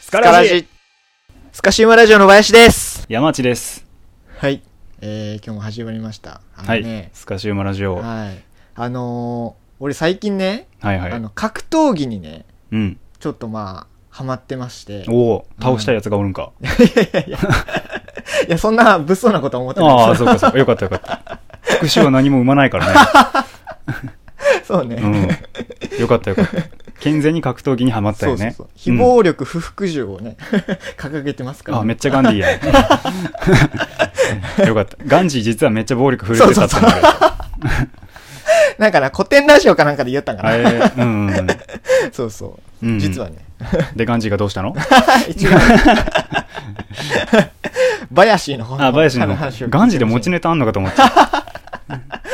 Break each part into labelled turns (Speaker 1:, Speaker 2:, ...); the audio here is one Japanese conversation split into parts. Speaker 1: スカラジスカシウマラジオの林です
Speaker 2: 山地です。
Speaker 1: はい、えー、今日も始まりましたあ
Speaker 2: は
Speaker 1: の
Speaker 2: い。
Speaker 1: ね
Speaker 2: スカシウマラジオ。は
Speaker 1: はいあのー、俺最近ね、
Speaker 2: いは
Speaker 1: あ
Speaker 2: い。
Speaker 1: の格闘技にね
Speaker 2: うん。
Speaker 1: ちょっとまあハマってまして
Speaker 2: おお、
Speaker 1: い
Speaker 2: 倒したいやつがおるんか。
Speaker 1: やそんな物騒なことは思ってない
Speaker 2: ああ、そうかそうか。よかったよかった。復讐は何も生まないからね。
Speaker 1: そうね、
Speaker 2: うん。よかったよかった。健全に格闘技にはまった
Speaker 1: そ
Speaker 2: よ
Speaker 1: うそう
Speaker 2: ね
Speaker 1: そう。非
Speaker 2: うん
Speaker 1: 暴力不服従をね 掲げてますから
Speaker 2: あ、めっちゃガンディーや。よかった。ガンジー実はめっちゃ暴力振るってたったんだけど。
Speaker 1: なんかな古典ラジオかなんかで言ったんか
Speaker 2: あ
Speaker 1: な、
Speaker 2: れうんうん
Speaker 1: そうそう
Speaker 2: うん。うん
Speaker 1: 実は。ね
Speaker 2: で、ガンジーがどうしたの
Speaker 1: 一応バヤシーの方
Speaker 2: あ、バヤシの。
Speaker 1: 話を聞いて
Speaker 2: ガンジーで持ち
Speaker 1: まし
Speaker 2: ネタあんのかと思った。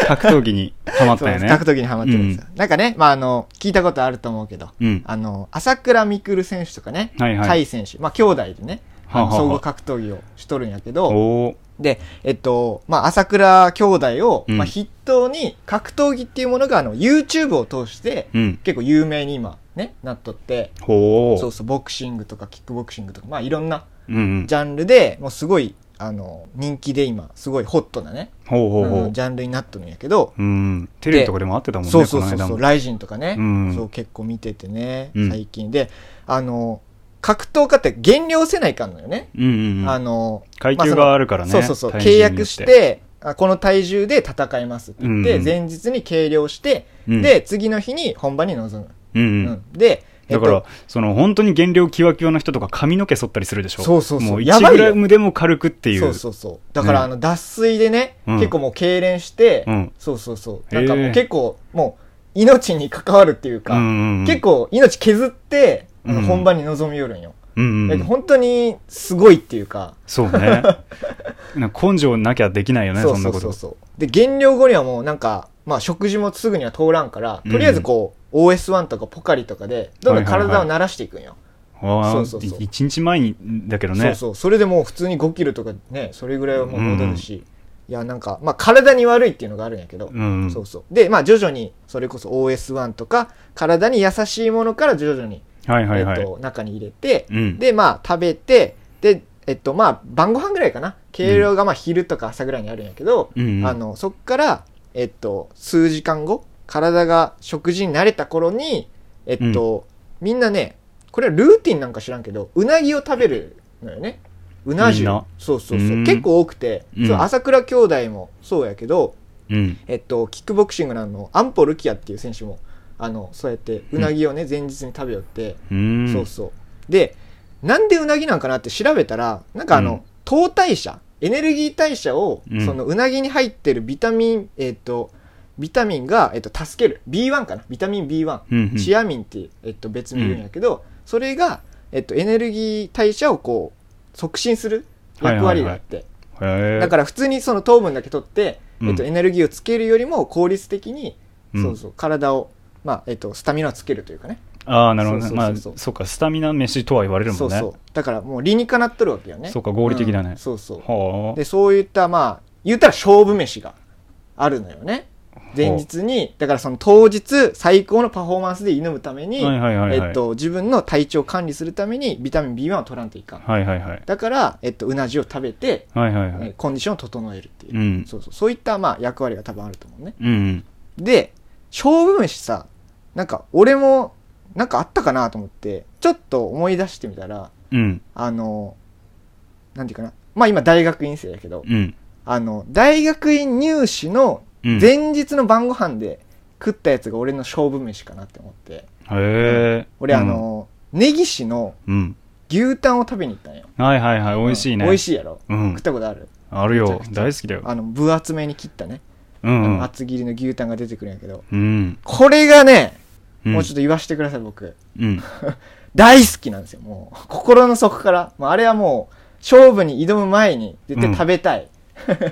Speaker 2: 格闘技にはまったたよ
Speaker 1: そ
Speaker 2: ね。
Speaker 1: う格闘技にハマってるんですよ、なんかねまああの聞いたことあると思うけど、
Speaker 2: うん。
Speaker 1: あの朝倉未来選手とかね甲
Speaker 2: はい
Speaker 1: 斐、
Speaker 2: はい
Speaker 1: 選手まあ兄弟でねあの
Speaker 2: はあはあ
Speaker 1: 総合格闘技をしとるんやけど、
Speaker 2: おお。
Speaker 1: で、えっと、まあ、朝倉兄弟を、
Speaker 2: うん
Speaker 1: まあ、筆頭に、格闘技っていうものが、あの、YouTube を通して、
Speaker 2: うん。
Speaker 1: 結構有名に今、ね、なっとって、
Speaker 2: ほう。
Speaker 1: そうそう、ボクシングとか、キックボクシングとか、まあ、いろんな
Speaker 2: うんうん。
Speaker 1: ジャンルで、もうすごい、あの、人気で今、すごいホットなね、
Speaker 2: ほうほうほ
Speaker 1: うん
Speaker 2: う
Speaker 1: ジ。ャンルになっとるんやけど、
Speaker 2: うん。テレビとかでもあってたもんね、
Speaker 1: そうそうそ
Speaker 2: こ
Speaker 1: う
Speaker 2: の
Speaker 1: そ
Speaker 2: 間
Speaker 1: う、
Speaker 2: も。
Speaker 1: ライジンとかね、
Speaker 2: うん
Speaker 1: そう、結構見ててね、
Speaker 2: うん
Speaker 1: 最近。で、あの、格闘家って減量せないかんのよね。
Speaker 2: うんうんう
Speaker 1: あ
Speaker 2: ん。
Speaker 1: の、
Speaker 2: 階級
Speaker 1: まあその
Speaker 2: があるからね。
Speaker 1: そうそうそう。
Speaker 2: 体重に
Speaker 1: 契
Speaker 2: よって
Speaker 1: 約し、て、あこの体重で戦いますって言って、
Speaker 2: うんうん
Speaker 1: 前日に計量して、
Speaker 2: うん
Speaker 1: で、次の日に本番に臨む。
Speaker 2: うん
Speaker 1: う
Speaker 2: うんん。
Speaker 1: で、
Speaker 2: だから、
Speaker 1: えっと
Speaker 2: その本当に減量キワキワの人とか髪の毛剃ったりするでしょ
Speaker 1: そうそうそう
Speaker 2: もう
Speaker 1: やばい
Speaker 2: 1グ
Speaker 1: よ
Speaker 2: ラムでも軽くっていう。
Speaker 1: そうそうそう。だから、
Speaker 2: ね
Speaker 1: あの、脱水でね、
Speaker 2: うん
Speaker 1: 結構もう痙攣して、
Speaker 2: うん
Speaker 1: そうそうそう。
Speaker 2: へ
Speaker 1: な
Speaker 2: ー
Speaker 1: んかもう結構、もう、命に関わるっていうか、
Speaker 2: うんうんうん
Speaker 1: 結構命削って、あの
Speaker 2: うん
Speaker 1: 本番に臨みよるんよ。
Speaker 2: うんう
Speaker 1: だけ
Speaker 2: ん
Speaker 1: ど。本当にすごいっていうか、
Speaker 2: そう ね。なんか根性なきゃできないよね、
Speaker 1: そう
Speaker 2: そん
Speaker 1: そ
Speaker 2: な
Speaker 1: う
Speaker 2: こ
Speaker 1: そう
Speaker 2: と。
Speaker 1: そう。で、減量後にはもうなんか、まあ食事もすぐには通らんから、
Speaker 2: うん
Speaker 1: とりあえずこう、OS1 とかポカリとかで、どんどん
Speaker 2: はいはいはい
Speaker 1: 体を慣らしていくんよ。
Speaker 2: ああ、
Speaker 1: そうそうそう
Speaker 2: 1日前に、だけどね。
Speaker 1: そうそう。それでもう普通に5キロとかね、それぐらいはもう戻るし、いやなんか、まあ体に悪いっていうのがあるんやけど、
Speaker 2: うんうん。
Speaker 1: そうそう。で、まあ徐々に、それこそ OS1 とか、体に優しいものから徐々に、
Speaker 2: はいはいは
Speaker 1: えっ
Speaker 2: い。
Speaker 1: と、中に入れて、
Speaker 2: うん
Speaker 1: で、まあ食べて、で、えっと、まあ晩ご飯ぐらいかな。計量がまあ昼とか朝ぐらいにあるんやけど、
Speaker 2: うんうん
Speaker 1: あの、そっから、えっと、数時間後、体が食事に慣れた頃に、えっと、みんなね、これはルーティンなんか知らんけど、うなぎを食べるのよね。うな重
Speaker 2: みんな。
Speaker 1: そうそうそうう。
Speaker 2: ん
Speaker 1: 結構多くて、
Speaker 2: うん
Speaker 1: そう朝倉兄弟もそうやけど、
Speaker 2: うん。
Speaker 1: えっと、キックボクシングのあのアンポルキアっていう選手も、あの、そうやって、うなぎをね、前日に食べよって、
Speaker 2: うん。
Speaker 1: そうそう。で、なんでうなぎなんかなって調べたら、なんかあ
Speaker 2: うん
Speaker 1: の、糖代謝、エネルギー代謝を、
Speaker 2: うん
Speaker 1: そのうなぎに入ってるビタミン、えっ、と、ビタミンが、えっ、と、助ける。B1 かなビタミン B1。
Speaker 2: うんうん。
Speaker 1: チアミンって、えっと、別に言うんやけど、それが、えっと、エネルギー代謝をこう、促進する役割があって。
Speaker 2: へえ
Speaker 1: だから普通にその糖分だけ取って、
Speaker 2: うん
Speaker 1: えっと、エネルギーをつけるよりも効率的に、
Speaker 2: うん
Speaker 1: そうそう、体を、まあ、えっと、スタミナをつけるというかね。
Speaker 2: ああ、なるほどね。
Speaker 1: そうそう
Speaker 2: ま
Speaker 1: そう
Speaker 2: あ、
Speaker 1: そう
Speaker 2: そうか、スタミナ飯とは言われるもんね。
Speaker 1: そうそうだからもう理にかなっとるわけよね
Speaker 2: そうか合理的だね
Speaker 1: うんそうそう
Speaker 2: はあ。
Speaker 1: でそういったまあ言ったら勝負飯があるのよね前日にだからその当日最高のパフォーマンスで挑むために、
Speaker 2: はいはいはいはい
Speaker 1: えっと、自分の体調を管理するためにビタミン B1 を取らんといかん
Speaker 2: はいはいはい。
Speaker 1: だから、えっと、うなじを食べて、
Speaker 2: はいはいは
Speaker 1: え
Speaker 2: い。
Speaker 1: コンディションを整えるってい
Speaker 2: う
Speaker 1: う,、
Speaker 2: ん。
Speaker 1: そうそうそういったまあ役割が多分あると思うね
Speaker 2: うんうん。
Speaker 1: で勝負飯さなんか俺もなんかあったかなと思ってちょっと思い出してみたら
Speaker 2: うん。
Speaker 1: あの、なんていうかな。まあ今大学院生やけど、
Speaker 2: うん。
Speaker 1: あの、大学院入試の
Speaker 2: うん。へ
Speaker 1: 前日の晩ご飯で食ったやつが俺の勝負飯かなって思って。
Speaker 2: え。
Speaker 1: 俺あの、根岸の
Speaker 2: うん。うん。
Speaker 1: 牛タンを食べに行ったんよ。
Speaker 2: はいはいはい。美味しいね。
Speaker 1: 美味
Speaker 2: い。
Speaker 1: しいやろ。
Speaker 2: うん
Speaker 1: 食っ。たことある
Speaker 2: ある
Speaker 1: めちゃ
Speaker 2: よ
Speaker 1: く。ちゃ
Speaker 2: 大好きだよ。
Speaker 1: あの、分厚めに切ったね。
Speaker 2: う
Speaker 1: あ
Speaker 2: んう
Speaker 1: の
Speaker 2: ん。
Speaker 1: 厚切りの牛タンが出てくるんやけど。
Speaker 2: うん。
Speaker 1: これがね、
Speaker 2: ん
Speaker 1: もうちょっと言わしてください、僕。
Speaker 2: うん。
Speaker 1: 大好きなんですよ、もう。心の底から。もうあれはもう、勝負に挑む前に絶対食べたい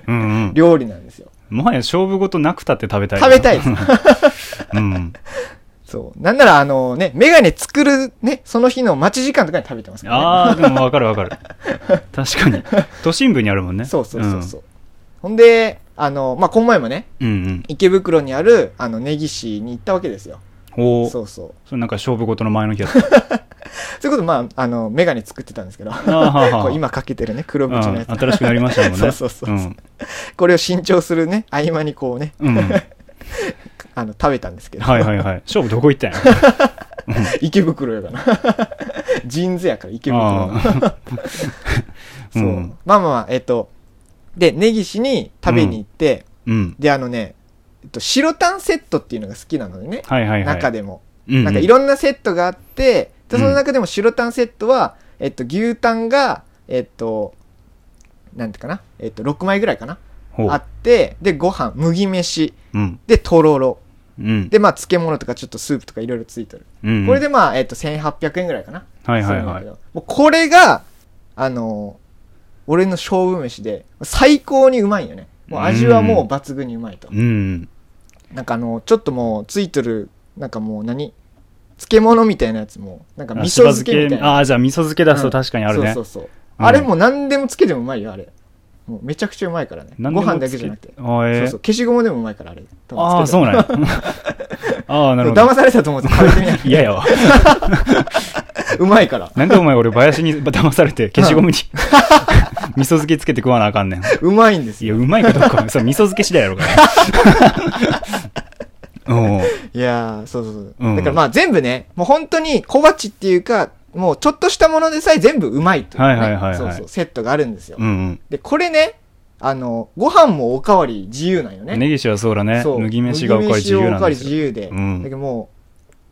Speaker 2: うんうん。
Speaker 1: 料理なんですよ。
Speaker 2: もはや勝負事なくたって食べたい。
Speaker 1: 食べたいです。
Speaker 2: うん。
Speaker 1: そう。なんなら、あのね、メガネ作るね、その日の待ち時間とかに食べてますからね。
Speaker 2: ああ、でもわかるわかる。確かに。都心部にあるもんね。
Speaker 1: そうそうそうそう。ほんで、あの、まあ、この前もね、
Speaker 2: うん。うんうん。
Speaker 1: 池袋にある、あの、根岸に行ったわけですよ。
Speaker 2: おお。
Speaker 1: そうそう。
Speaker 2: それなんか勝負事の前の日やった。
Speaker 1: それこそまああの眼鏡作ってたんですけど
Speaker 2: はは
Speaker 1: こう今かけてるね黒
Speaker 2: うん
Speaker 1: 縁のやつ
Speaker 2: 新しくなりましたもんね。
Speaker 1: そうそうそうそうん これを新調するね合間にこうね
Speaker 2: うん。
Speaker 1: あの食べたんですけど、
Speaker 2: はいはいはい。勝負どこ行ったんや。
Speaker 1: 池袋やから ジーンズやから池袋
Speaker 2: ああ
Speaker 1: そう、
Speaker 2: うん
Speaker 1: まあまあまあえっとで根岸に食べに行って、
Speaker 2: うん。
Speaker 1: であのね、えっと、白タンセットっていうのが好きなのでね、
Speaker 2: はいはいはい。
Speaker 1: 中でも、
Speaker 2: うう
Speaker 1: なんかいろんなセットがあってでその中でも白タンセットは、えっと、牛タンがえっとなんていうかな、えっと、6枚ぐらいかな
Speaker 2: ほう
Speaker 1: あってでご飯麦飯
Speaker 2: うん。
Speaker 1: でとろろ
Speaker 2: うん。
Speaker 1: でまあ漬物とかちょっとスープとかいろいろついてる、
Speaker 2: うん
Speaker 1: これで、まあ、えっと、1800円ぐらいかな
Speaker 2: はいはいはい
Speaker 1: するんだけ。どもうこれが、あのー俺の勝負飯で、最高にうまいよね。もう味はもう抜群にうまいと。
Speaker 2: うん。
Speaker 1: なんかあの、ちょっともうついてる、なんかもう何漬物みたいなやつも、なんか味噌漬けみたい
Speaker 2: あ、しば漬
Speaker 1: な。
Speaker 2: あー、じゃあ味噌漬け出す
Speaker 1: うん
Speaker 2: と確かにあるね
Speaker 1: そう。そうそう。あれもう何でもつけてもうまいよ、あれ。もうめちゃくちゃうまいからね。
Speaker 2: 何
Speaker 1: ご
Speaker 2: でも
Speaker 1: 飯だけじゃなくて
Speaker 2: つ。けあーえー
Speaker 1: そうそう。消しゴムでもうまいから、あれ。多分
Speaker 2: ああ、
Speaker 1: つけ
Speaker 2: そう
Speaker 1: た
Speaker 2: なんや。 ああ、なるほど。。
Speaker 1: 騙されたと思うんですよ食べてみない
Speaker 2: 嫌やわ。
Speaker 1: うまいから。
Speaker 2: なんでお前俺、林に騙されて、消しゴ ムに味噌漬けつけて食わなあかんねん。
Speaker 1: うまいんです
Speaker 2: い
Speaker 1: よ。
Speaker 2: や、うまいかどうか、それ味噌漬け次第やろうから。 おう
Speaker 1: いやー、そうそうそう。
Speaker 2: うん
Speaker 1: だからまあ全部ね、もう本当に小鉢っていうか、もうちょっとしたものでさえ全部うまいという、ね。
Speaker 2: はいはいはいはい
Speaker 1: そうそう、セットがあるんですよ。
Speaker 2: うん
Speaker 1: で、これね、あの、ご飯もおかわり自由なんよ
Speaker 2: う
Speaker 1: ね。
Speaker 2: ん。根岸はそうだね。
Speaker 1: そう。
Speaker 2: 麦飯がおかわり自由なんですよ。
Speaker 1: 麦飯をおかわり自由で。
Speaker 2: うん
Speaker 1: だけども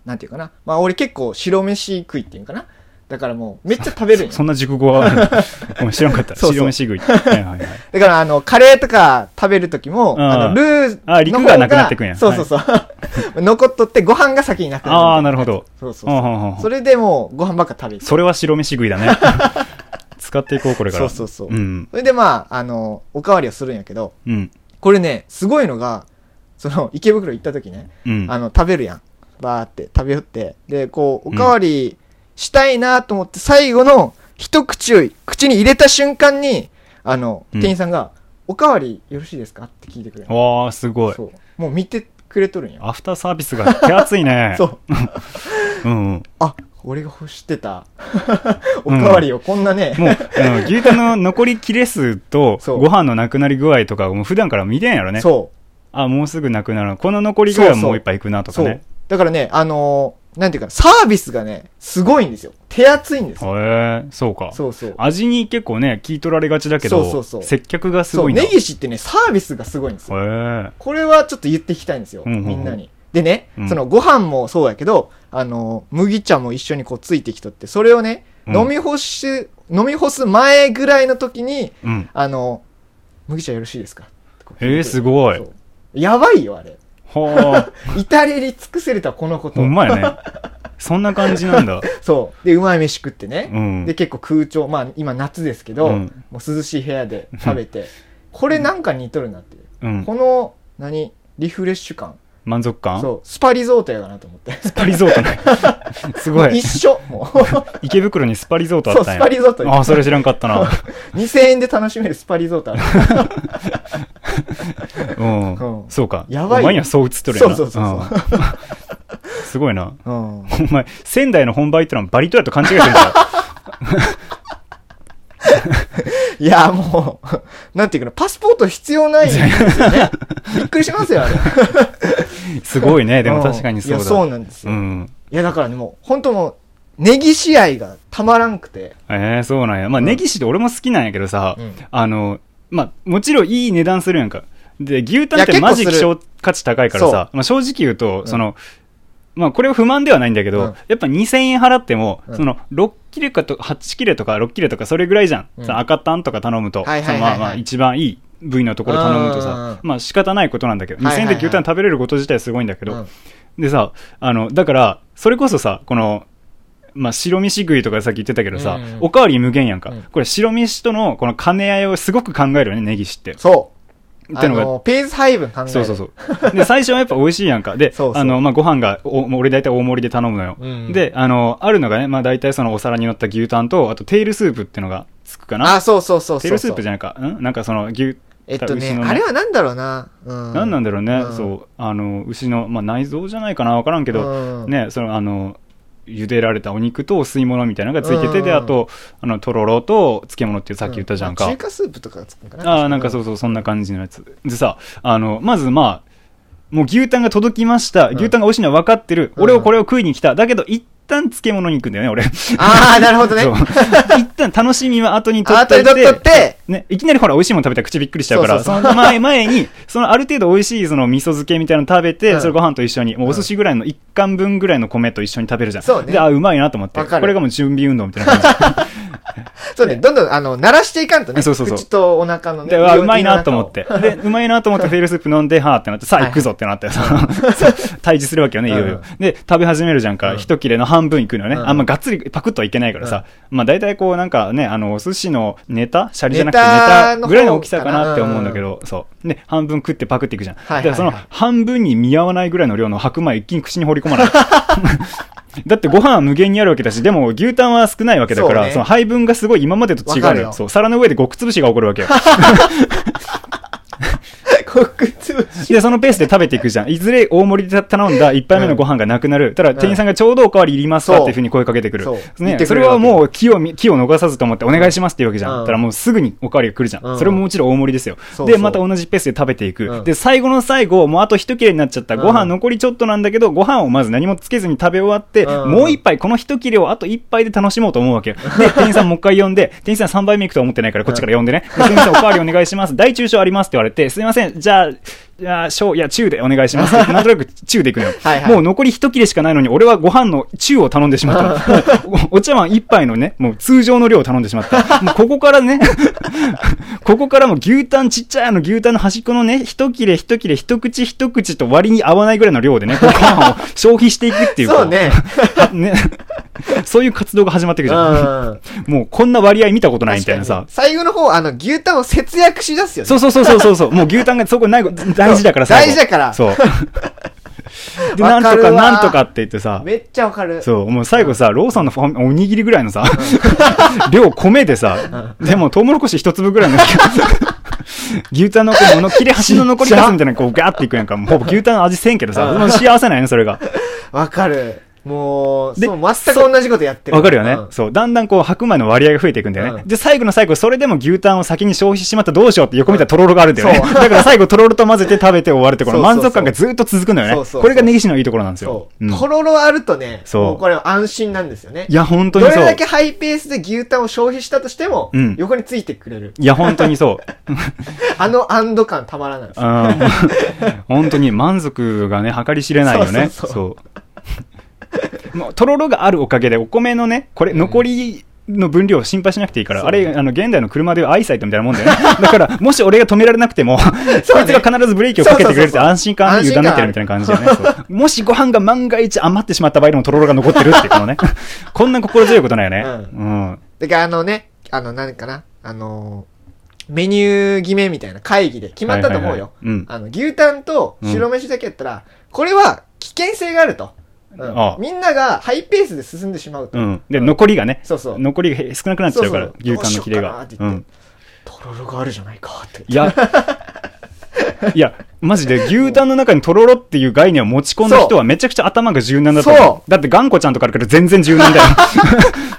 Speaker 1: う、なんていうかな。まあ俺結構白飯食いっていうのかな。だからもうめっちゃ食べるんよ
Speaker 2: そんな熟語はあるのごめん知らんかった。
Speaker 1: そうそ
Speaker 2: 白
Speaker 1: う
Speaker 2: 飯食い。はい はいはい。
Speaker 1: だからあの、カレーとか食べるときも、
Speaker 2: うん
Speaker 1: あの、ルー
Speaker 2: あ
Speaker 1: の
Speaker 2: 陸
Speaker 1: 方
Speaker 2: がなくなってくんや
Speaker 1: そうそうそう。 残っとってご飯が先になくなるみたいな。
Speaker 2: ああ、なるほど。
Speaker 1: そうそう
Speaker 2: うんう
Speaker 1: そう。
Speaker 2: んうん
Speaker 1: それでもうご飯ばっか食べて
Speaker 2: それは白飯食いだ ね。使っていこう、これから。
Speaker 1: そうそうそう、
Speaker 2: うん。
Speaker 1: それでまああのおかわりをするんやけど
Speaker 2: うん。
Speaker 1: これねすごいのがその池袋行った時ね、
Speaker 2: うん。
Speaker 1: あの食べるやんバーって食べよってでこうおかわりしたいなと思って最後の一口を口に入れた瞬間にあの
Speaker 2: うん
Speaker 1: 店員さんが、おかわりよろしいですか?」って聞いてくれる
Speaker 2: わあ、すごい。
Speaker 1: そうもう見てくれとるんや
Speaker 2: アフターサービスが手厚いね。
Speaker 1: そう
Speaker 2: うんうん。
Speaker 1: あ俺が欲してた おかわりをこんなね、
Speaker 2: もう、あの牛タンの残り切れ数と、
Speaker 1: そう
Speaker 2: ご飯のなくなり具合とか、もう普段から見れんやろね。
Speaker 1: そう
Speaker 2: あ、もうすぐなくなる。この残り具合はもう一杯いくなとか
Speaker 1: そう
Speaker 2: ね。。
Speaker 1: だからね、あのーなんていうか、サービスがね、すごいんですよ。手厚いんですよ。
Speaker 2: へえ、そうか。
Speaker 1: そうそう。
Speaker 2: 味に結構ね、聞い取られがちだけど、
Speaker 1: そうそうそう
Speaker 2: 接客がす
Speaker 1: そ
Speaker 2: ご
Speaker 1: う、
Speaker 2: いんだ。
Speaker 1: 根
Speaker 2: へ
Speaker 1: 岸ってね、サービスがすごいんですよ。
Speaker 2: え。
Speaker 1: これはちょっと言っていきたいんですよ、
Speaker 2: うんうんうん
Speaker 1: みんなに。でね、
Speaker 2: うん
Speaker 1: そのご飯もそうやけど、あのー麦茶も一緒にこうついてきとって、それをね、
Speaker 2: うん
Speaker 1: 飲み干し、飲み干す前ぐらいの時に、
Speaker 2: うん。
Speaker 1: あのー麦茶よろしいですか
Speaker 2: へえすごい。
Speaker 1: そうやばいよ、あれ。
Speaker 2: はあ。
Speaker 1: 至れり尽くせれたこのこと。
Speaker 2: ほんまやね。そんな感じなん だ。
Speaker 1: そう。で、うまい飯食ってね。
Speaker 2: うん。
Speaker 1: で結構空調まあ今夏ですけど、
Speaker 2: うん
Speaker 1: もう涼しい部屋で食べてこれなんか似とるなっていう、
Speaker 2: うん。
Speaker 1: この何リフレッシュ感
Speaker 2: 満足感
Speaker 1: そうスパリゾートやかなと思って
Speaker 2: スパリゾート ね。すごい
Speaker 1: 一。緒もう
Speaker 2: 池袋にスパリゾートあ
Speaker 1: そう
Speaker 2: ったん
Speaker 1: ス
Speaker 2: や
Speaker 1: パ。リゾート
Speaker 2: ああ、それ知らんかった な。
Speaker 1: 2000円で楽しめるスパリゾートある
Speaker 2: うん
Speaker 1: う。ん
Speaker 2: そうか。
Speaker 1: やばいよ
Speaker 2: お前にはそう映っとるやな。
Speaker 1: そうそうそう
Speaker 2: うん すごいな。
Speaker 1: うん
Speaker 2: お前、仙台の本場行ったらバリ島やと勘違いしてんじゃん。
Speaker 1: いやもうなんていうかなパスポート必要ないんです よねびっくりしますよあれ
Speaker 2: すごいね。でも確かにそうだ。
Speaker 1: いやそうなんですよ、
Speaker 2: う
Speaker 1: い
Speaker 2: ん。
Speaker 1: やだからねもう本当もうネギ試合がたまらんくて、
Speaker 2: ええ、そうなんや。まあ、
Speaker 1: うん
Speaker 2: ネギシって俺も好きなんやけどさ
Speaker 1: うん、
Speaker 2: あの、まあ、もちろんいい値段するやんか。で、牛タンっ
Speaker 1: い
Speaker 2: て
Speaker 1: や
Speaker 2: マジ
Speaker 1: 結
Speaker 2: 希
Speaker 1: 構する
Speaker 2: 少価値高いからさ、まあ、正直言うと、その、まあ、これは不満ではないんだけど、
Speaker 1: うん
Speaker 2: やっぱ2000円払っても、
Speaker 1: うん
Speaker 2: その、6切れかと、8切れとか6切れとかそれぐらいじゃん。
Speaker 1: うん
Speaker 2: その赤タンとか頼むと、
Speaker 1: はい
Speaker 2: そ
Speaker 1: はい
Speaker 2: の
Speaker 1: はいはい
Speaker 2: まあまあ、一番いい部位のところ頼むと
Speaker 1: うんうんうん
Speaker 2: さ、まあ、仕方ないことなんだけど、
Speaker 1: はいはい
Speaker 2: 2000
Speaker 1: はい
Speaker 2: 円で牛タン食べれること自体すごいんだけど、
Speaker 1: うん
Speaker 2: でさ、あの、だから、それこそさ、この、まあ、白飯食いとかさっき言ってたけどさ、
Speaker 1: うん
Speaker 2: おかわり無限やんか、
Speaker 1: うん
Speaker 2: これ白飯とのこの兼ね合いをすごく考えるよね、ネギシって。
Speaker 1: そう
Speaker 2: ってのが
Speaker 1: あのペース配分考える
Speaker 2: そうそうそう。で、最初はやっぱ美味しいやんか。で、
Speaker 1: そうそう
Speaker 2: あの、まあ、ご飯が、おもう俺大体大盛りで頼むのよ、
Speaker 1: うん
Speaker 2: で、あの、あるのがね、まあ、大体そのお皿に乗った牛タンと、あとテールスープってのがつくかな。
Speaker 1: あ、そうそうそうそう。
Speaker 2: テールスープじゃ
Speaker 1: ゃ
Speaker 2: ないか。んなんかその牛、
Speaker 1: えっと
Speaker 2: 牛
Speaker 1: ね、
Speaker 2: の
Speaker 1: あれはなんだろうな。うん。
Speaker 2: 何なんだろうね、
Speaker 1: ん
Speaker 2: そう、あの、牛の、まあ、内臓じゃないかな、わからんけど、
Speaker 1: うん
Speaker 2: ね、その、あの、茹でられたお肉とお吸い物みたいなのがついてて、
Speaker 1: うん
Speaker 2: で、あと、あの、とろろと漬物っていうさっき言ったじゃんか。
Speaker 1: うまあ中華スープとかがつくんかな
Speaker 2: ああ、なんかそううそう、そんな感じのやつ。でさ、あの、まずまあ、もう牛タンが届きました。
Speaker 1: ん
Speaker 2: 牛タンが美味しいのは分かってる。
Speaker 1: うん
Speaker 2: 俺をこれを食いに来た。だけど、一旦漬物に行くんだよね、俺。
Speaker 1: ああなるほどね
Speaker 2: そう 一旦楽しみは後に取っ
Speaker 1: あ
Speaker 2: と
Speaker 1: と
Speaker 2: い、
Speaker 1: で取っとってて
Speaker 2: ね、いきなりほら、美味しいもの食べたら口びっくりしちゃうから、そ
Speaker 1: そうそう
Speaker 2: の前、前に、そのある程度美味しい、その味噌漬けみたいなの食べて、
Speaker 1: うん
Speaker 2: それご飯と一緒に、もうお寿司ぐらいの一貫分ぐらいの米と一緒に食べるじゃん。
Speaker 1: そうね
Speaker 2: で、あ、うまいなと思って。
Speaker 1: わかる
Speaker 2: これがもう準備運動みたいな感じ。
Speaker 1: そうねどんどんあの慣らしていかんとね
Speaker 2: そうそうそう
Speaker 1: 口とお腹のね
Speaker 2: で、わうまい
Speaker 1: 胃の中を
Speaker 2: なと思 って。で、うまいなと思ってフェールスープ飲んで、はーってなって、さあ
Speaker 1: はい
Speaker 2: 行くぞってな って、その 対峙するわけよね、いよいよ。で、食べ始めるじゃんか、
Speaker 1: うん
Speaker 2: 一切れの半分いくのよね。
Speaker 1: うん
Speaker 2: あんまがっつりパクッとはいけないからさ。まあ大体こうなんかね、あの、お寿司のネタシャリじゃなくてネ
Speaker 1: ネタ
Speaker 2: タぐらいの大きさかなって思うんだけど、そう。で、半分食ってパクっていくじゃん。
Speaker 1: はいはいはい
Speaker 2: で、その半分に見合わないぐらいの量の白米一気に口に放り込 まない。だってご飯は無限にあるわけだし、でも牛タンは少ないわけだか
Speaker 1: そう
Speaker 2: ら、
Speaker 1: ね
Speaker 2: その配分がすごい今までと違う
Speaker 1: わか
Speaker 2: の
Speaker 1: る
Speaker 2: よ。
Speaker 1: よ
Speaker 2: そう、皿の上でごくつぶしが起こるわけよ。
Speaker 1: こうくっつぶし
Speaker 2: で、そのペースで食べていくじゃん。いずれ大盛りで頼んだ一杯目のご飯がなくなる。ただ、店員さんがちょうどおかわりいりますか
Speaker 1: そう
Speaker 2: っていうふうに声かけてくる。
Speaker 1: そう言
Speaker 2: ね
Speaker 1: っ、て
Speaker 2: そ
Speaker 1: く
Speaker 2: れ
Speaker 1: れるわ
Speaker 2: は
Speaker 1: け
Speaker 2: もう気を見、気を逃さずと思ってお願いしますっていうわけじゃん。
Speaker 1: うん
Speaker 2: ただもうすぐにおかわりが来るじゃん。
Speaker 1: うん
Speaker 2: それももちろん大盛りですよ。
Speaker 1: そうそう
Speaker 2: で、また同じペースで食べていく。
Speaker 1: うん
Speaker 2: で、最後の最後、もうあと一切れになっちゃった。
Speaker 1: うん
Speaker 2: ご飯残りちょっとなんだけど、ご飯をまず何もつけずに食べ終わって、
Speaker 1: うん
Speaker 2: もう一杯、この一切れをあと一杯で楽しもうと思うわけよ。 で、店員さんもう一回呼んで、店員さん3杯目行くとは思ってないから、こっちから呼んでね。で店員さんおかわりお願いします。大中小ありますって言われて、すいません、じゃあ、いや、小、いや、中でお願いし ます。なんとなく中で行くのよ。
Speaker 1: はいはい
Speaker 2: もう残り一切れしかないのに、俺はご飯の中を頼んでしま った。もうおお茶碗一杯のね、もう通常の量を頼んでしまった。もうここからね、 ここからもう牛タン、ちっちゃいあの牛タンの端っこのね、一切れ一切れ一口一口と割に合わないぐらいの量でね、こうご飯を消費していくっていう。
Speaker 1: そうね
Speaker 2: こう。ね。 そういう活動が始まっていくじゃん。
Speaker 1: うん
Speaker 2: もうこんな割合見たことないみたいなさ。
Speaker 1: 最後の方あの牛タンを節約しだすよね
Speaker 2: そうそうそうそうそう そう。もう牛タンがそこない、大事だからさ。
Speaker 1: 大事だから
Speaker 2: そう。 で、な
Speaker 1: わ
Speaker 2: ん
Speaker 1: か
Speaker 2: と
Speaker 1: る
Speaker 2: か
Speaker 1: わ
Speaker 2: なんとかって言ってさ。
Speaker 1: めっちゃわかる
Speaker 2: そう、もう最後さ、ローソンのファミおにぎりぐらいのさ、 量米でさ、でもトウモロコシ一粒ぐらいの 牛タンのこの切れ端の残りかすみたいなのこうガーっていくやんか、もうほぼ牛タンの味せんけどさ、もう幸せないね、それが。
Speaker 1: わかるもう
Speaker 2: で
Speaker 1: そう全く同じことやってる
Speaker 2: わかるよね、
Speaker 1: うん
Speaker 2: そう、だんだんこう白米の割合が増えていくんだよね。
Speaker 1: うん
Speaker 2: で、最後の最後、それでも牛タンを先に消費してしまったらどうしようって横見たらとろろがあるんだよね。
Speaker 1: そう
Speaker 2: だから最後とろろと混ぜて食べて終わるって、この
Speaker 1: そうそうそう
Speaker 2: 満足感がずっと続くのよね。
Speaker 1: そうそうそう
Speaker 2: これが根岸のいいところなんですよう、
Speaker 1: そ。うん
Speaker 2: い
Speaker 1: とろろあるとね
Speaker 2: そう
Speaker 1: もうこれは安心なんですよね
Speaker 2: や、本当
Speaker 1: ど
Speaker 2: にそ
Speaker 1: れ
Speaker 2: う。
Speaker 1: だけハイペースで牛タンを消費したとしても
Speaker 2: うん
Speaker 1: 横についてくれる
Speaker 2: いや、本当にそう。
Speaker 1: あの安堵感たまらないです
Speaker 2: あーもう本当に満足がね計り知れないよねそ
Speaker 1: そうう
Speaker 2: そ
Speaker 1: そうう
Speaker 2: もうとろろがあるおかげでお米のねこれ残りの分量を心配しなくていいから、
Speaker 1: そう
Speaker 2: あれあの現代の車ではアイサイトみたいなもん だよねだからもし俺が止められなくても、
Speaker 1: そう
Speaker 2: こ
Speaker 1: ね
Speaker 2: いつが必ずブレーキをかけてくれるって
Speaker 1: そうそうそうそう
Speaker 2: 安心感に委ねてるみたいな感じだよねそうもしご飯が万が一余ってしまった場合でもとろろが残ってるっていうこのねこんな心強いことないよねうん、
Speaker 1: だからあのねあの何かなあのーメニュー決めみたいな会議で決まったと思
Speaker 2: は
Speaker 1: うよ
Speaker 2: いはいはいうん
Speaker 1: あの牛タンと白飯だけやったらこれは危険性があるとうん
Speaker 2: ああ
Speaker 1: みんながハイペースで進んでしまうと
Speaker 2: うん、で残りがね
Speaker 1: そうそう
Speaker 2: 残りが少なくなっちゃうから
Speaker 1: そうそう
Speaker 2: 牛タンの切れ
Speaker 1: ど
Speaker 2: が
Speaker 1: うしよう
Speaker 2: う
Speaker 1: かなって言って
Speaker 2: ん
Speaker 1: とろろがあるじゃないかって
Speaker 2: いや、いや、マジで牛タンの中にとろろっていう概念を持ち込んだ人はめちゃくちゃ頭が柔軟だと思う。
Speaker 1: そ
Speaker 2: だって頑固ちゃんとかあるから全然柔軟だよ。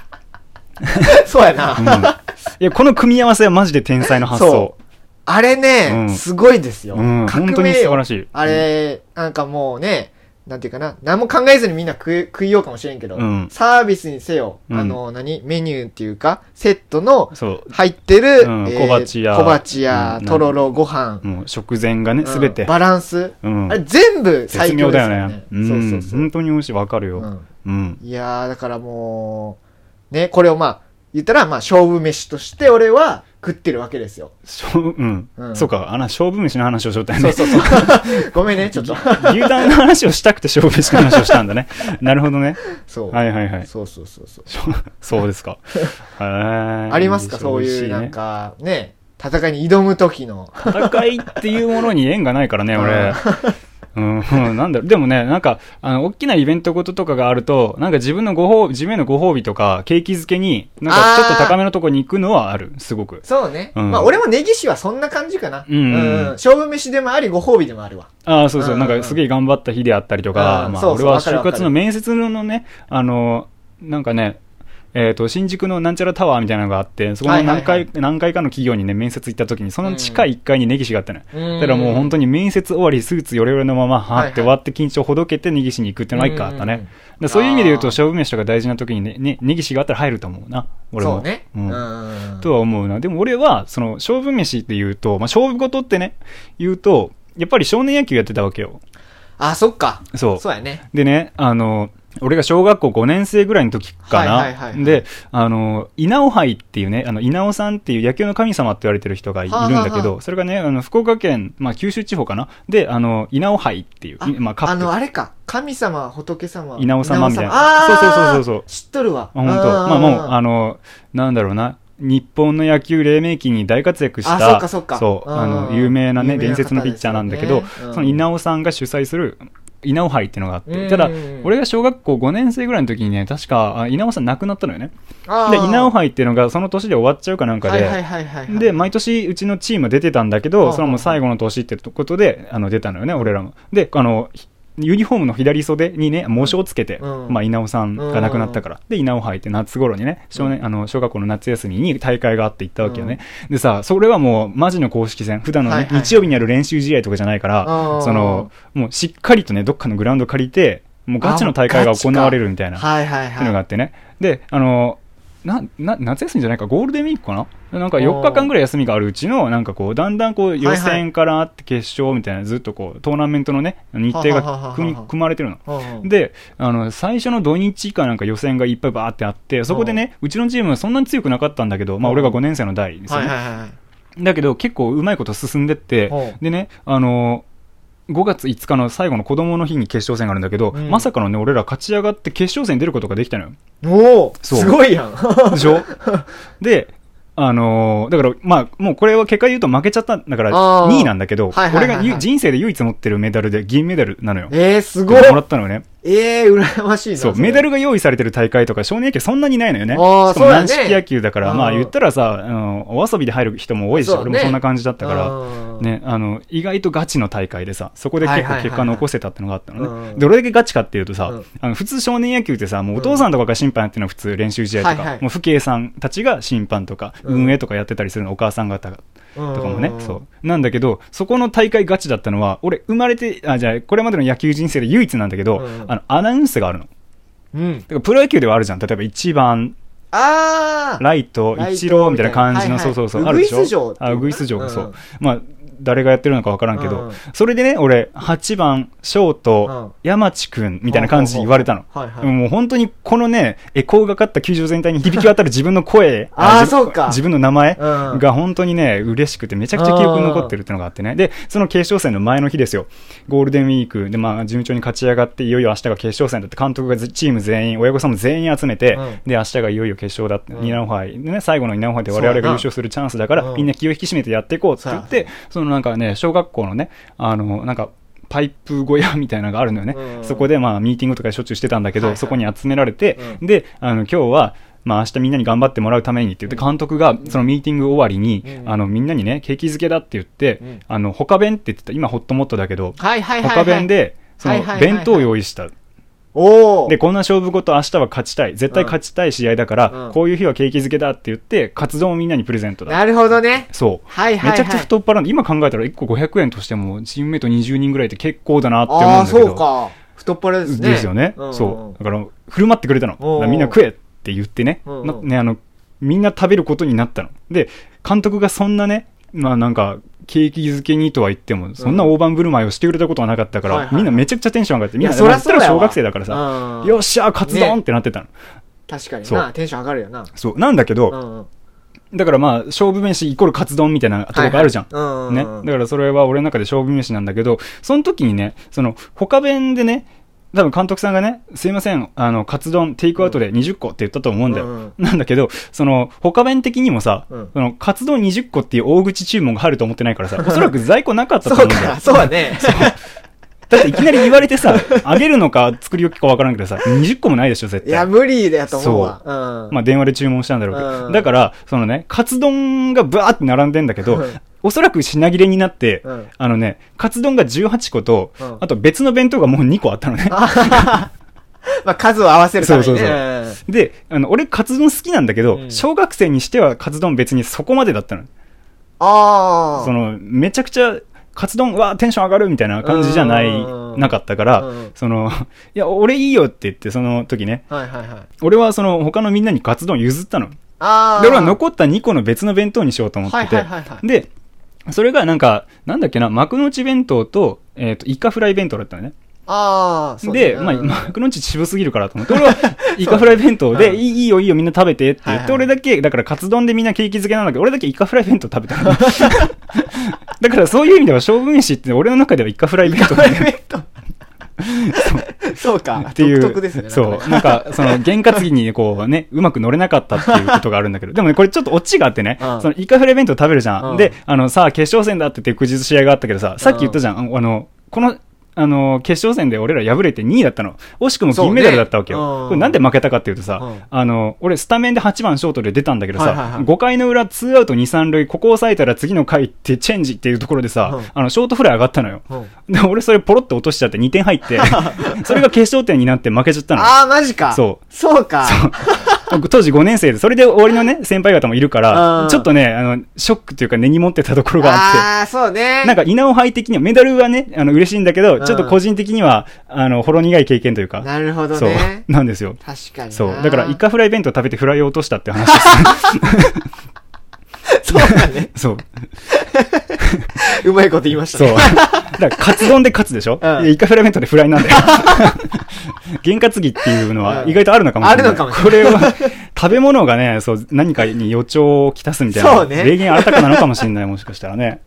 Speaker 1: そうやな、
Speaker 2: いや、この組み合わせはマジで天才の発想
Speaker 1: そ。あれね、
Speaker 2: うん
Speaker 1: すごいですよ。
Speaker 2: うん
Speaker 1: 革命
Speaker 2: 本
Speaker 1: よ
Speaker 2: 当に素晴らしい
Speaker 1: あれ、なんかもうね、なんていうかな、何も考えずにみんな食い食いようかもしれんけど、
Speaker 2: うん
Speaker 1: サービスにせよ、
Speaker 2: うん
Speaker 1: あの、何メニューっていうか、セットの
Speaker 2: そう。
Speaker 1: 入ってる、
Speaker 2: うん小鉢や
Speaker 1: 小鉢や、
Speaker 2: うん
Speaker 1: とろろ、ご飯、
Speaker 2: もう食前がね、
Speaker 1: うん
Speaker 2: すべて。
Speaker 1: バランス。
Speaker 2: うん
Speaker 1: あれ。全部
Speaker 2: 絶
Speaker 1: 最
Speaker 2: 妙
Speaker 1: 強で
Speaker 2: だ
Speaker 1: すよ
Speaker 2: よ
Speaker 1: ね
Speaker 2: ね。。うん
Speaker 1: そうそうそう。
Speaker 2: 本当に美味しい。わかる
Speaker 1: う
Speaker 2: よ。
Speaker 1: ん
Speaker 2: うん。
Speaker 1: いやー、だからもう、ね、これをまあ、言ったら、まあ、勝負飯として俺は食ってるわけですよ。
Speaker 2: 勝負うん
Speaker 1: う。ん
Speaker 2: そうか、あの、勝負飯の話をしようとね
Speaker 1: そうそう そう。ごめんね、ちょ っと。
Speaker 2: 牛タンの話をしたくて勝負飯の話をしたんだ ね。なるほどね。
Speaker 1: そう。
Speaker 2: はいはいはい。
Speaker 1: そうそうそうそう。
Speaker 2: そうですか。へー
Speaker 1: ありますかそういう、なん。か、ね、戦いに挑む時の。
Speaker 2: 美味しいね戦いっていうものに縁がないからね、俺。うん、うん なんだろうでもね、なんか、あの、大きなイベントごととかがあると、なんか自分のご褒美、自分へのご褒美とか、景気づけに、なんかちょっと高めのとこに行くのはある、すごく。
Speaker 1: そうね。
Speaker 2: うん
Speaker 1: まあ俺もネギ師はそんな感じかな。
Speaker 2: うんうんうん
Speaker 1: 勝負飯でもあり、ご褒美でもあるわ。
Speaker 2: ああ、そうそう、
Speaker 1: うん
Speaker 2: なんかすげえ頑張った日であったりとか、
Speaker 1: うん
Speaker 2: まあ、
Speaker 1: そう
Speaker 2: 俺
Speaker 1: そう
Speaker 2: は
Speaker 1: わかる
Speaker 2: 就
Speaker 1: わかる
Speaker 2: 活の面接のね、あの、なんかね、えっと新宿のなんちゃらタワーみたいなのがあってそこの何回,、
Speaker 1: はいはい
Speaker 2: 何回かの企業にね面接行った時にその地下1階に根岸があったのよ、
Speaker 1: う
Speaker 2: だ
Speaker 1: ん
Speaker 2: からもう本当に面接終わりスーツヨレヨレのままはーって終わって緊張ほどけて根岸に行くっていうのは一回あったね、
Speaker 1: うんうんうん
Speaker 2: でそういう意味で言うと
Speaker 1: あー
Speaker 2: 勝負飯とか大事な時にねね根岸があったら入ると思うな俺も
Speaker 1: そうね。
Speaker 2: うん
Speaker 1: ん
Speaker 2: とは思うな。でも俺は、その、勝負飯って言うと、まあ、勝負事ってね、言うと、やっぱり少年野球やってたわけよ。
Speaker 1: あ、そっか。
Speaker 2: そう
Speaker 1: そうやね。
Speaker 2: でね、あの、俺が小学校5年生ぐらいの時かな。
Speaker 1: はいはいはいはい
Speaker 2: で、あの、稲尾杯っていうね、あの、稲尾さんっていう野球の神様って言われてる人がいるん
Speaker 1: はあはあ
Speaker 2: だけど、それがね、あの、福岡県、まあ、九州地方かな。で、あの、稲尾杯っていう、
Speaker 1: あ
Speaker 2: いまあ、カ
Speaker 1: あ
Speaker 2: ップ
Speaker 1: の、。あれか。神様、仏様。
Speaker 2: 稲尾様みたいな
Speaker 1: あー
Speaker 2: そうそうそうそうそう
Speaker 1: 知っとるわ。
Speaker 2: あ本当
Speaker 1: あー
Speaker 2: まあもう、あの、なんだろうな。日本の野球黎明期に大活躍した、
Speaker 1: あそうかそうか
Speaker 2: そうあの、
Speaker 1: うん
Speaker 2: 有名なね、
Speaker 1: 有名な
Speaker 2: 伝説のピッチャーなんだけど、
Speaker 1: 方ですよねうん
Speaker 2: その稲尾さんが主催する、稲尾杯っていうのがあって、ただ
Speaker 1: うん、
Speaker 2: 俺が小学校5年生ぐらいの時にね、確か、あ稲尾さん亡くなったのよね。
Speaker 1: あー
Speaker 2: で、稲尾杯っていうのがその年で終わっちゃうかなんかで、
Speaker 1: はいはいはいはいはい。
Speaker 2: で、毎年うちのチーム出てたんだけ
Speaker 1: あ
Speaker 2: ど、
Speaker 1: あ
Speaker 2: それはもう最後の年ってことで、あの、出たのよね、俺らも。で、あの、ひユニフォームの左袖にね、紋章をつけて、
Speaker 1: うん
Speaker 2: まあ、稲尾さんが亡くなったから。で、稲尾杯って夏頃にね、少年、あの、小学校の夏休みに大会があって行ったわけよね。でさ、それはもう、マジの公式戦。普段のね、
Speaker 1: はいはい
Speaker 2: 日曜日にある練習試合とかじゃないから、
Speaker 1: ああ
Speaker 2: その、もうしっかりとね、どっかのグラウンド借りて、もうガチの大会が行われるみたいな。
Speaker 1: はいはい
Speaker 2: っていうのが
Speaker 1: は
Speaker 2: あってね。で、あの、な、な、夏休みじゃないか、ゴールデンウィークかななんか4日間ぐらい休みがあるうちの、なんかこう、だんだんこう、予
Speaker 1: はいは
Speaker 2: 選からあって決勝みたいな、ずっとこう、トーナメントのね、日程
Speaker 1: はははは
Speaker 2: が
Speaker 1: は
Speaker 2: 組み組まれてるの。
Speaker 1: い。で、
Speaker 2: で、あの、最初の土日かなんか予選がいっぱいバーってあって、そこでね、うちのチームはそんなに強くなかったんだけど、まあ
Speaker 1: うん
Speaker 2: 俺が5年生の代ですよ
Speaker 1: はいは
Speaker 2: ね。
Speaker 1: いはいはい。
Speaker 2: だけど結構うまいこと進んでって
Speaker 1: うん、
Speaker 2: でね、あの、5月5日の最後の子供の日に決勝戦があるんだけど、
Speaker 1: うん
Speaker 2: まさかのね、俺ら勝ち上がって決勝戦に出ることができたのよ。
Speaker 1: おお
Speaker 2: そう
Speaker 1: すごいやん。
Speaker 2: でしょで、あのーだから、まあ、もうこれは結果言うと負けちゃったんだから、
Speaker 1: あー
Speaker 2: 2位なんだけど、
Speaker 1: はいはいはいはい
Speaker 2: 俺がゆ人生で唯一持ってるメダルで銀メダルなのよ。
Speaker 1: えー、す
Speaker 2: も
Speaker 1: ごい
Speaker 2: らったのよね。
Speaker 1: えー、羨ましいな。
Speaker 2: そう、
Speaker 1: れ
Speaker 2: メダルが用意されてる大会とか、少年野球そんなにないのよね。し
Speaker 1: あー
Speaker 2: かも軟
Speaker 1: そうだね
Speaker 2: 式野球だから、
Speaker 1: うん
Speaker 2: まあ言ったらさ、あのお遊びで入る人も多いし、
Speaker 1: そうね
Speaker 2: 俺もそんな感じだったから、
Speaker 1: うん
Speaker 2: ね、あの、意外とガチの大会でさ、そこで結構結果残せたってのがあったのね。
Speaker 1: はいはいはいはいうん
Speaker 2: どれだけガチかっていうとさ、
Speaker 1: うん
Speaker 2: あの普通少年野球ってさ、もうお父さんとかが審判やってるのは普通練習試合とか、
Speaker 1: はいはい
Speaker 2: もう父兄さんたちが審判とか、
Speaker 1: うん
Speaker 2: 運営とかやってたりするの、お母さん方と
Speaker 1: と
Speaker 2: かもね、そう。なんだけど、そこの大会ガチだったのは、俺生まれて、あ、じゃあこれまでの野球人生で唯一なんだけど、
Speaker 1: うん
Speaker 2: あの、アナウンスがあるの。
Speaker 1: う。うん
Speaker 2: だ。からプロ野球ではあるじゃん。例えば1番、
Speaker 1: あー
Speaker 2: ライト、イチローみたいな感じの、
Speaker 1: ラ
Speaker 2: そ
Speaker 1: イト
Speaker 2: う
Speaker 1: み
Speaker 2: そ
Speaker 1: た
Speaker 2: う
Speaker 1: い
Speaker 2: そう、
Speaker 1: なはいはい
Speaker 2: あるでしょ。
Speaker 1: ウグイス嬢っていう
Speaker 2: あ
Speaker 1: の
Speaker 2: ウグイス嬢
Speaker 1: うん
Speaker 2: そう。まあ、誰がやってるのかわからんけど、
Speaker 1: うん
Speaker 2: それでね、俺、8番、ショー
Speaker 1: うん
Speaker 2: ト、山地くんみたいな感じで言われたの。
Speaker 1: はいはい。
Speaker 2: もう本当にこのね、エコーがかった球場全体に響き渡る自分の声、
Speaker 1: あー
Speaker 2: 自分
Speaker 1: そうか
Speaker 2: 自分の名前
Speaker 1: うん
Speaker 2: が本当にね、嬉しくてめちゃくちゃ記憶に残ってるってのがあってね。で、その決勝戦の前の日ですよ。ゴールデンウィークで、まあ、順調に勝ち上がって、いよいよ明日が決勝戦だって、監督がずチーム全員、親御さんも全員集めて、
Speaker 1: うん
Speaker 2: で、明日がいよいよ決勝だって、
Speaker 1: うん
Speaker 2: ニナオハイ、ね、最後のニナオハイで我々
Speaker 1: そ
Speaker 2: が
Speaker 1: うやな
Speaker 2: 優勝するチャンスだから、
Speaker 1: うん
Speaker 2: みんな気を引き締めてやっていこうって言って、そのなんかね、小学校のね、あの、なんか、パイプ小屋みたいなのがあるのよね。
Speaker 1: うん
Speaker 2: そこで、まあ、ミーティングとかしょっちゅうしてたんだけど、
Speaker 1: はいはい
Speaker 2: そこに集められて、
Speaker 1: う
Speaker 2: で、あの、今日は、まあ、明日みんなに頑張ってもらうためにって言って、監督が、そのミーティング終わりに、
Speaker 1: うん
Speaker 2: あの、みんなにね、景気づけだって言って、
Speaker 1: うん
Speaker 2: あの、他弁って言ってた、今、ホットモットだけど、
Speaker 1: はいはいはいは
Speaker 2: 他
Speaker 1: い。
Speaker 2: 弁。で、そ
Speaker 1: は
Speaker 2: の
Speaker 1: いはいはいはい
Speaker 2: 弁当を用意した。
Speaker 1: おお
Speaker 2: で、こんな勝負ごと明日は勝ちたい。絶対勝ちたい試合だから、
Speaker 1: うん
Speaker 2: こういう日は景気づけだって言って、カツ丼をみんなにプレゼントだ。
Speaker 1: なるほどね。
Speaker 2: そう。
Speaker 1: はいはいは
Speaker 2: め
Speaker 1: い。
Speaker 2: ちゃくちゃ太っ腹なんで、今考えたら1個500円としても、チームメイト20人ぐらいって結構だなって思うんだけ
Speaker 1: ああー、
Speaker 2: ど。
Speaker 1: そうか。太っ腹ですね。
Speaker 2: ですよね。
Speaker 1: んんん
Speaker 2: そう。だから、振る舞ってくれたの。だ
Speaker 1: おうおう
Speaker 2: からみんな食えって言ってね。
Speaker 1: うんうん
Speaker 2: なね、あの、みんな食べることになったの。で、監督がそんなね、まあなんか、景気づけにとは言っても、そんな大盤振る舞いをしてくれたことはなかったか
Speaker 1: はい
Speaker 2: ら
Speaker 1: は、い
Speaker 2: みんなめちゃくちゃテンション上がって、みんな、
Speaker 1: いやそりゃ
Speaker 2: まあ言ったら小学生だから
Speaker 1: そうだわ
Speaker 2: さ
Speaker 1: う、ん
Speaker 2: よっしゃ、カツ丼ってなってたの。
Speaker 1: 確かに
Speaker 2: そ
Speaker 1: な、
Speaker 2: う
Speaker 1: テンション上がるよな。
Speaker 2: そう。なんだけど、
Speaker 1: うんうん。
Speaker 2: だからまあ、勝負飯イコールカツ丼みたいなとこがあるじゃん。
Speaker 1: はいはいうん
Speaker 2: ね。
Speaker 1: うんうん
Speaker 2: だからそれは俺の中で勝負飯なんだけど、その時にね、その、他弁でね、多分監督さんがね、すいません、あの、カツ丼、テイクアウトで20個って言ったと思うんだよ。
Speaker 1: うんうん
Speaker 2: なんだけど、その、他弁的にもさ、
Speaker 1: うん
Speaker 2: その、カツ丼20個っていう大口注文が入ると思ってないからさ、おそらく在庫なかったと
Speaker 1: そ
Speaker 2: 思う
Speaker 1: うん
Speaker 2: だよ
Speaker 1: か、。そうだね。
Speaker 2: だっていきなり言われてさ、あげるのか作り置きかわからんけどさ、20個もないでしょ、絶
Speaker 1: いや、
Speaker 2: 対。
Speaker 1: 無理だと思うわ。うん。
Speaker 2: まあ電話で注文したんだろうけど。
Speaker 1: うん
Speaker 2: だから、そのね、カツ丼がバーって並んでんだけ
Speaker 1: う
Speaker 2: ど
Speaker 1: ん、
Speaker 2: おそらく品切れになって、
Speaker 1: うん
Speaker 2: あのね、カツ丼が18個と、
Speaker 1: うん
Speaker 2: あと別の弁当がもう2個あったのね。
Speaker 1: まあ、数を合わせるため
Speaker 2: そ
Speaker 1: にね。
Speaker 2: うそうそ
Speaker 1: うん
Speaker 2: で、あの、俺カツ丼好きなんだけど、
Speaker 1: うん
Speaker 2: 小学生にしてはカツ丼別にそこまでだったの。
Speaker 1: ああ。
Speaker 2: その、めちゃくちゃ、カツ丼、わーテンション上がるみたいな感じじゃない、
Speaker 1: うん
Speaker 2: なかったから
Speaker 1: うん、
Speaker 2: その、いや、俺いいよって言って、その時ね、
Speaker 1: はいはいはい。
Speaker 2: 俺はその、他のみんなにカツ丼譲ったの。で、
Speaker 1: ああ。
Speaker 2: 俺は残った2個の別の弁当にしようと思って
Speaker 1: は
Speaker 2: て
Speaker 1: いはいはいは、い
Speaker 2: で、それがなんか、なんだっけな、幕の内弁当と、えっと、イカフライ弁当だったのね。
Speaker 1: ああ、そうね
Speaker 2: で、まあ、
Speaker 1: うん
Speaker 2: 幕の内渋すぎるからと思って、俺 は、イカフライ弁当
Speaker 1: う
Speaker 2: で、
Speaker 1: ん
Speaker 2: いいいいよいいよみんな食べてって言
Speaker 1: は
Speaker 2: っ
Speaker 1: いは
Speaker 2: て、
Speaker 1: い
Speaker 2: 俺だけ、だからカツ丼でみんな景気漬けなんだけど、俺だけイカフライ弁当食べたの だからそういう意味では勝負飯って俺の中ではイカフライ弁当なんだよ
Speaker 1: そうか。
Speaker 2: っていう。
Speaker 1: 独特ですね。なんか
Speaker 2: そ
Speaker 1: ね
Speaker 2: う。なんか、その、験担ぎにこうね、うまく乗れなかったっていうことがあるんだけど、でもね、これちょっとオチがあってね、
Speaker 1: うん
Speaker 2: その、イカフライ弁当食べるじゃ。
Speaker 1: うんん
Speaker 2: で、あの、さあ、決勝戦だって言って翌日試合があったけどさ、さっき言ったじゃん。あの、この、あの、決勝戦で俺ら敗れて2位だったの。惜しくも銀メダルだったわけ
Speaker 1: そう
Speaker 2: よ。
Speaker 1: ねうん
Speaker 2: これなんで負けたかっていうとさ、
Speaker 1: うん
Speaker 2: あの、俺スタメンで8番ショートで出たんだけどさ、
Speaker 1: はいはいはい
Speaker 2: 5回の裏2アウト2、3塁、ここ抑えたら次の回ってチェンジっていうところでさ、
Speaker 1: うん
Speaker 2: あの、ショートフライ上がったのよ。
Speaker 1: うん
Speaker 2: で、俺それポロッと落としちゃって2点入 って、それが決勝点になって負けちゃったの。
Speaker 1: ああ、マジか。。
Speaker 2: そう
Speaker 1: そうか。
Speaker 2: 当時5年生で、それで終わりのね、先輩方もいるか
Speaker 1: う
Speaker 2: ら、
Speaker 1: ん
Speaker 2: ちょっとね、あの、ショックというか根に持ってたところがあって、
Speaker 1: ああ、そうね。
Speaker 2: なんか、稲尾杯的には、メダルはね、あの、嬉しいんだけど、
Speaker 1: うん
Speaker 2: ちょっと個人的には、あの、ほろ苦い経験というか、
Speaker 1: なるほど
Speaker 2: そう
Speaker 1: ね、。
Speaker 2: なんですよ。
Speaker 1: 確かにな。
Speaker 2: そう。だから、イカフライ弁当食べてフライを落としたって話 です。
Speaker 1: そうだね。
Speaker 2: そう。
Speaker 1: うまいこと言いました
Speaker 2: そう。
Speaker 1: ね。
Speaker 2: だから、カツ丼でカツでしょ、
Speaker 1: うん
Speaker 2: いやイカフライ弁当でフライ なんだよ。験担ぎっていうのは
Speaker 1: うん
Speaker 2: 意外とあるのかもしれない。
Speaker 1: あるのかもしれ
Speaker 2: これは、食べ物がね、そう、何かに予兆をきたすみたいな。
Speaker 1: そうね
Speaker 2: 霊言あたかなのかもしれない、もしかしたらね。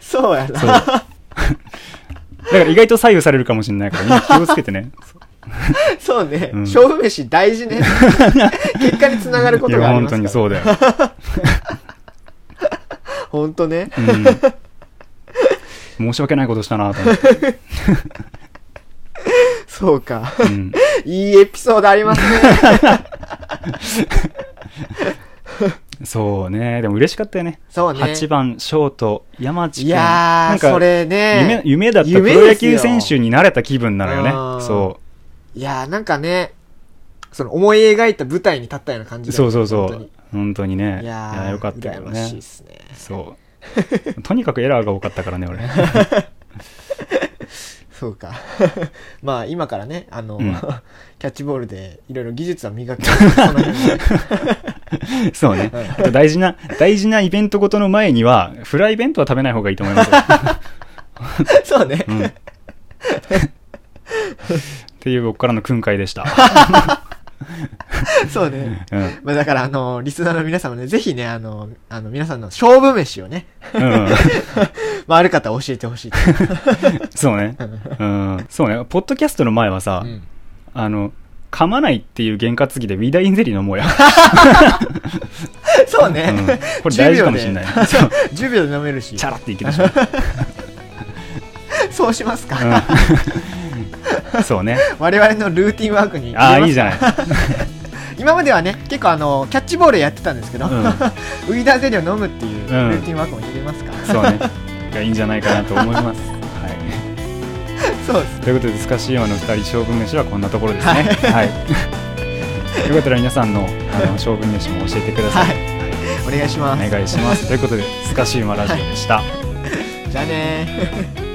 Speaker 1: そうや
Speaker 2: そう。
Speaker 1: な。
Speaker 2: だから意外と左右されるかもしれないから、みんな気をつけて ね。
Speaker 1: そうね。
Speaker 2: うん
Speaker 1: 勝負飯大 事ね。結果につながるこ
Speaker 2: い
Speaker 1: とが
Speaker 2: や、
Speaker 1: あり
Speaker 2: 本
Speaker 1: ます
Speaker 2: 当
Speaker 1: か
Speaker 2: にそうだ
Speaker 1: ら。
Speaker 2: よ。
Speaker 1: 本当ね。
Speaker 2: うん。申し訳ないことしたなと思って。
Speaker 1: そうか。
Speaker 2: うん。
Speaker 1: いいエピソードありますね。
Speaker 2: そうね。でも嬉しかったよね。
Speaker 1: そうね。
Speaker 2: 8番ショート山地
Speaker 1: い
Speaker 2: 君
Speaker 1: や
Speaker 2: なん
Speaker 1: ー、そ
Speaker 2: か
Speaker 1: れね
Speaker 2: 夢。夢だったプ
Speaker 1: 夢
Speaker 2: ロ
Speaker 1: で
Speaker 2: 野
Speaker 1: すよ
Speaker 2: 球選手になれた気分なのよ
Speaker 1: う
Speaker 2: ね
Speaker 1: ん
Speaker 2: そ
Speaker 1: いやー、なんかね、その思い描いた舞台に立ったような感
Speaker 2: う
Speaker 1: じだ
Speaker 2: そ
Speaker 1: よ
Speaker 2: う
Speaker 1: ね
Speaker 2: そうそ
Speaker 1: 本当に
Speaker 2: う本当にね
Speaker 1: いや
Speaker 2: い
Speaker 1: ー、
Speaker 2: やよかったよ
Speaker 1: 羨ましい
Speaker 2: ね
Speaker 1: ですね。
Speaker 2: そう とにかくエラーが多かったからね俺
Speaker 1: そうか。 まあ、今からね、あの、
Speaker 2: うん
Speaker 1: キャッチボールでいろいろ技術は磨く。その辺もね
Speaker 2: そうね
Speaker 1: うん
Speaker 2: あと大事な大事なイベントごとの前にはフライ弁当は食べない方がいいと思い ますよ
Speaker 1: そうね。
Speaker 2: うんっていう僕からの訓戒でした、
Speaker 1: そうね。
Speaker 2: うん
Speaker 1: まあ、だから、あの、リスナーの皆様ね、ぜひね、あの、あの皆さんの勝負飯をね、
Speaker 2: うん、
Speaker 1: まあ、ある方は教えてほしいと。
Speaker 2: そうね、うん、そうねポッドキャストの前はさ、
Speaker 1: うん
Speaker 2: あの噛まないっていう験担ぎでウィダインゼリー飲もうや
Speaker 1: そうね、
Speaker 2: うんこれ大事かもしれない そう
Speaker 1: 10秒で飲めるし
Speaker 2: チ、ャラっていきましょう、
Speaker 1: そうしますか。
Speaker 2: うんそうね
Speaker 1: 我々のルーティンワークに入れます
Speaker 2: あ
Speaker 1: か。
Speaker 2: あいいじゃない、
Speaker 1: 今まではね結構あのキャッチボールやってたんですけど、
Speaker 2: うん
Speaker 1: ウィダーゼリーを飲むっていうル
Speaker 2: うん
Speaker 1: ーティンワークも入れますから、
Speaker 2: そうねいやいいんじゃないかなと思います、は
Speaker 1: そうです
Speaker 2: い、ということでスカシウマの2人勝負飯はこんなところですねはい、よかったら皆さんのあの勝負飯も教えてください、
Speaker 1: はいお願いします
Speaker 2: お願いしますということでスカシウマラジオでした、
Speaker 1: じゃあねー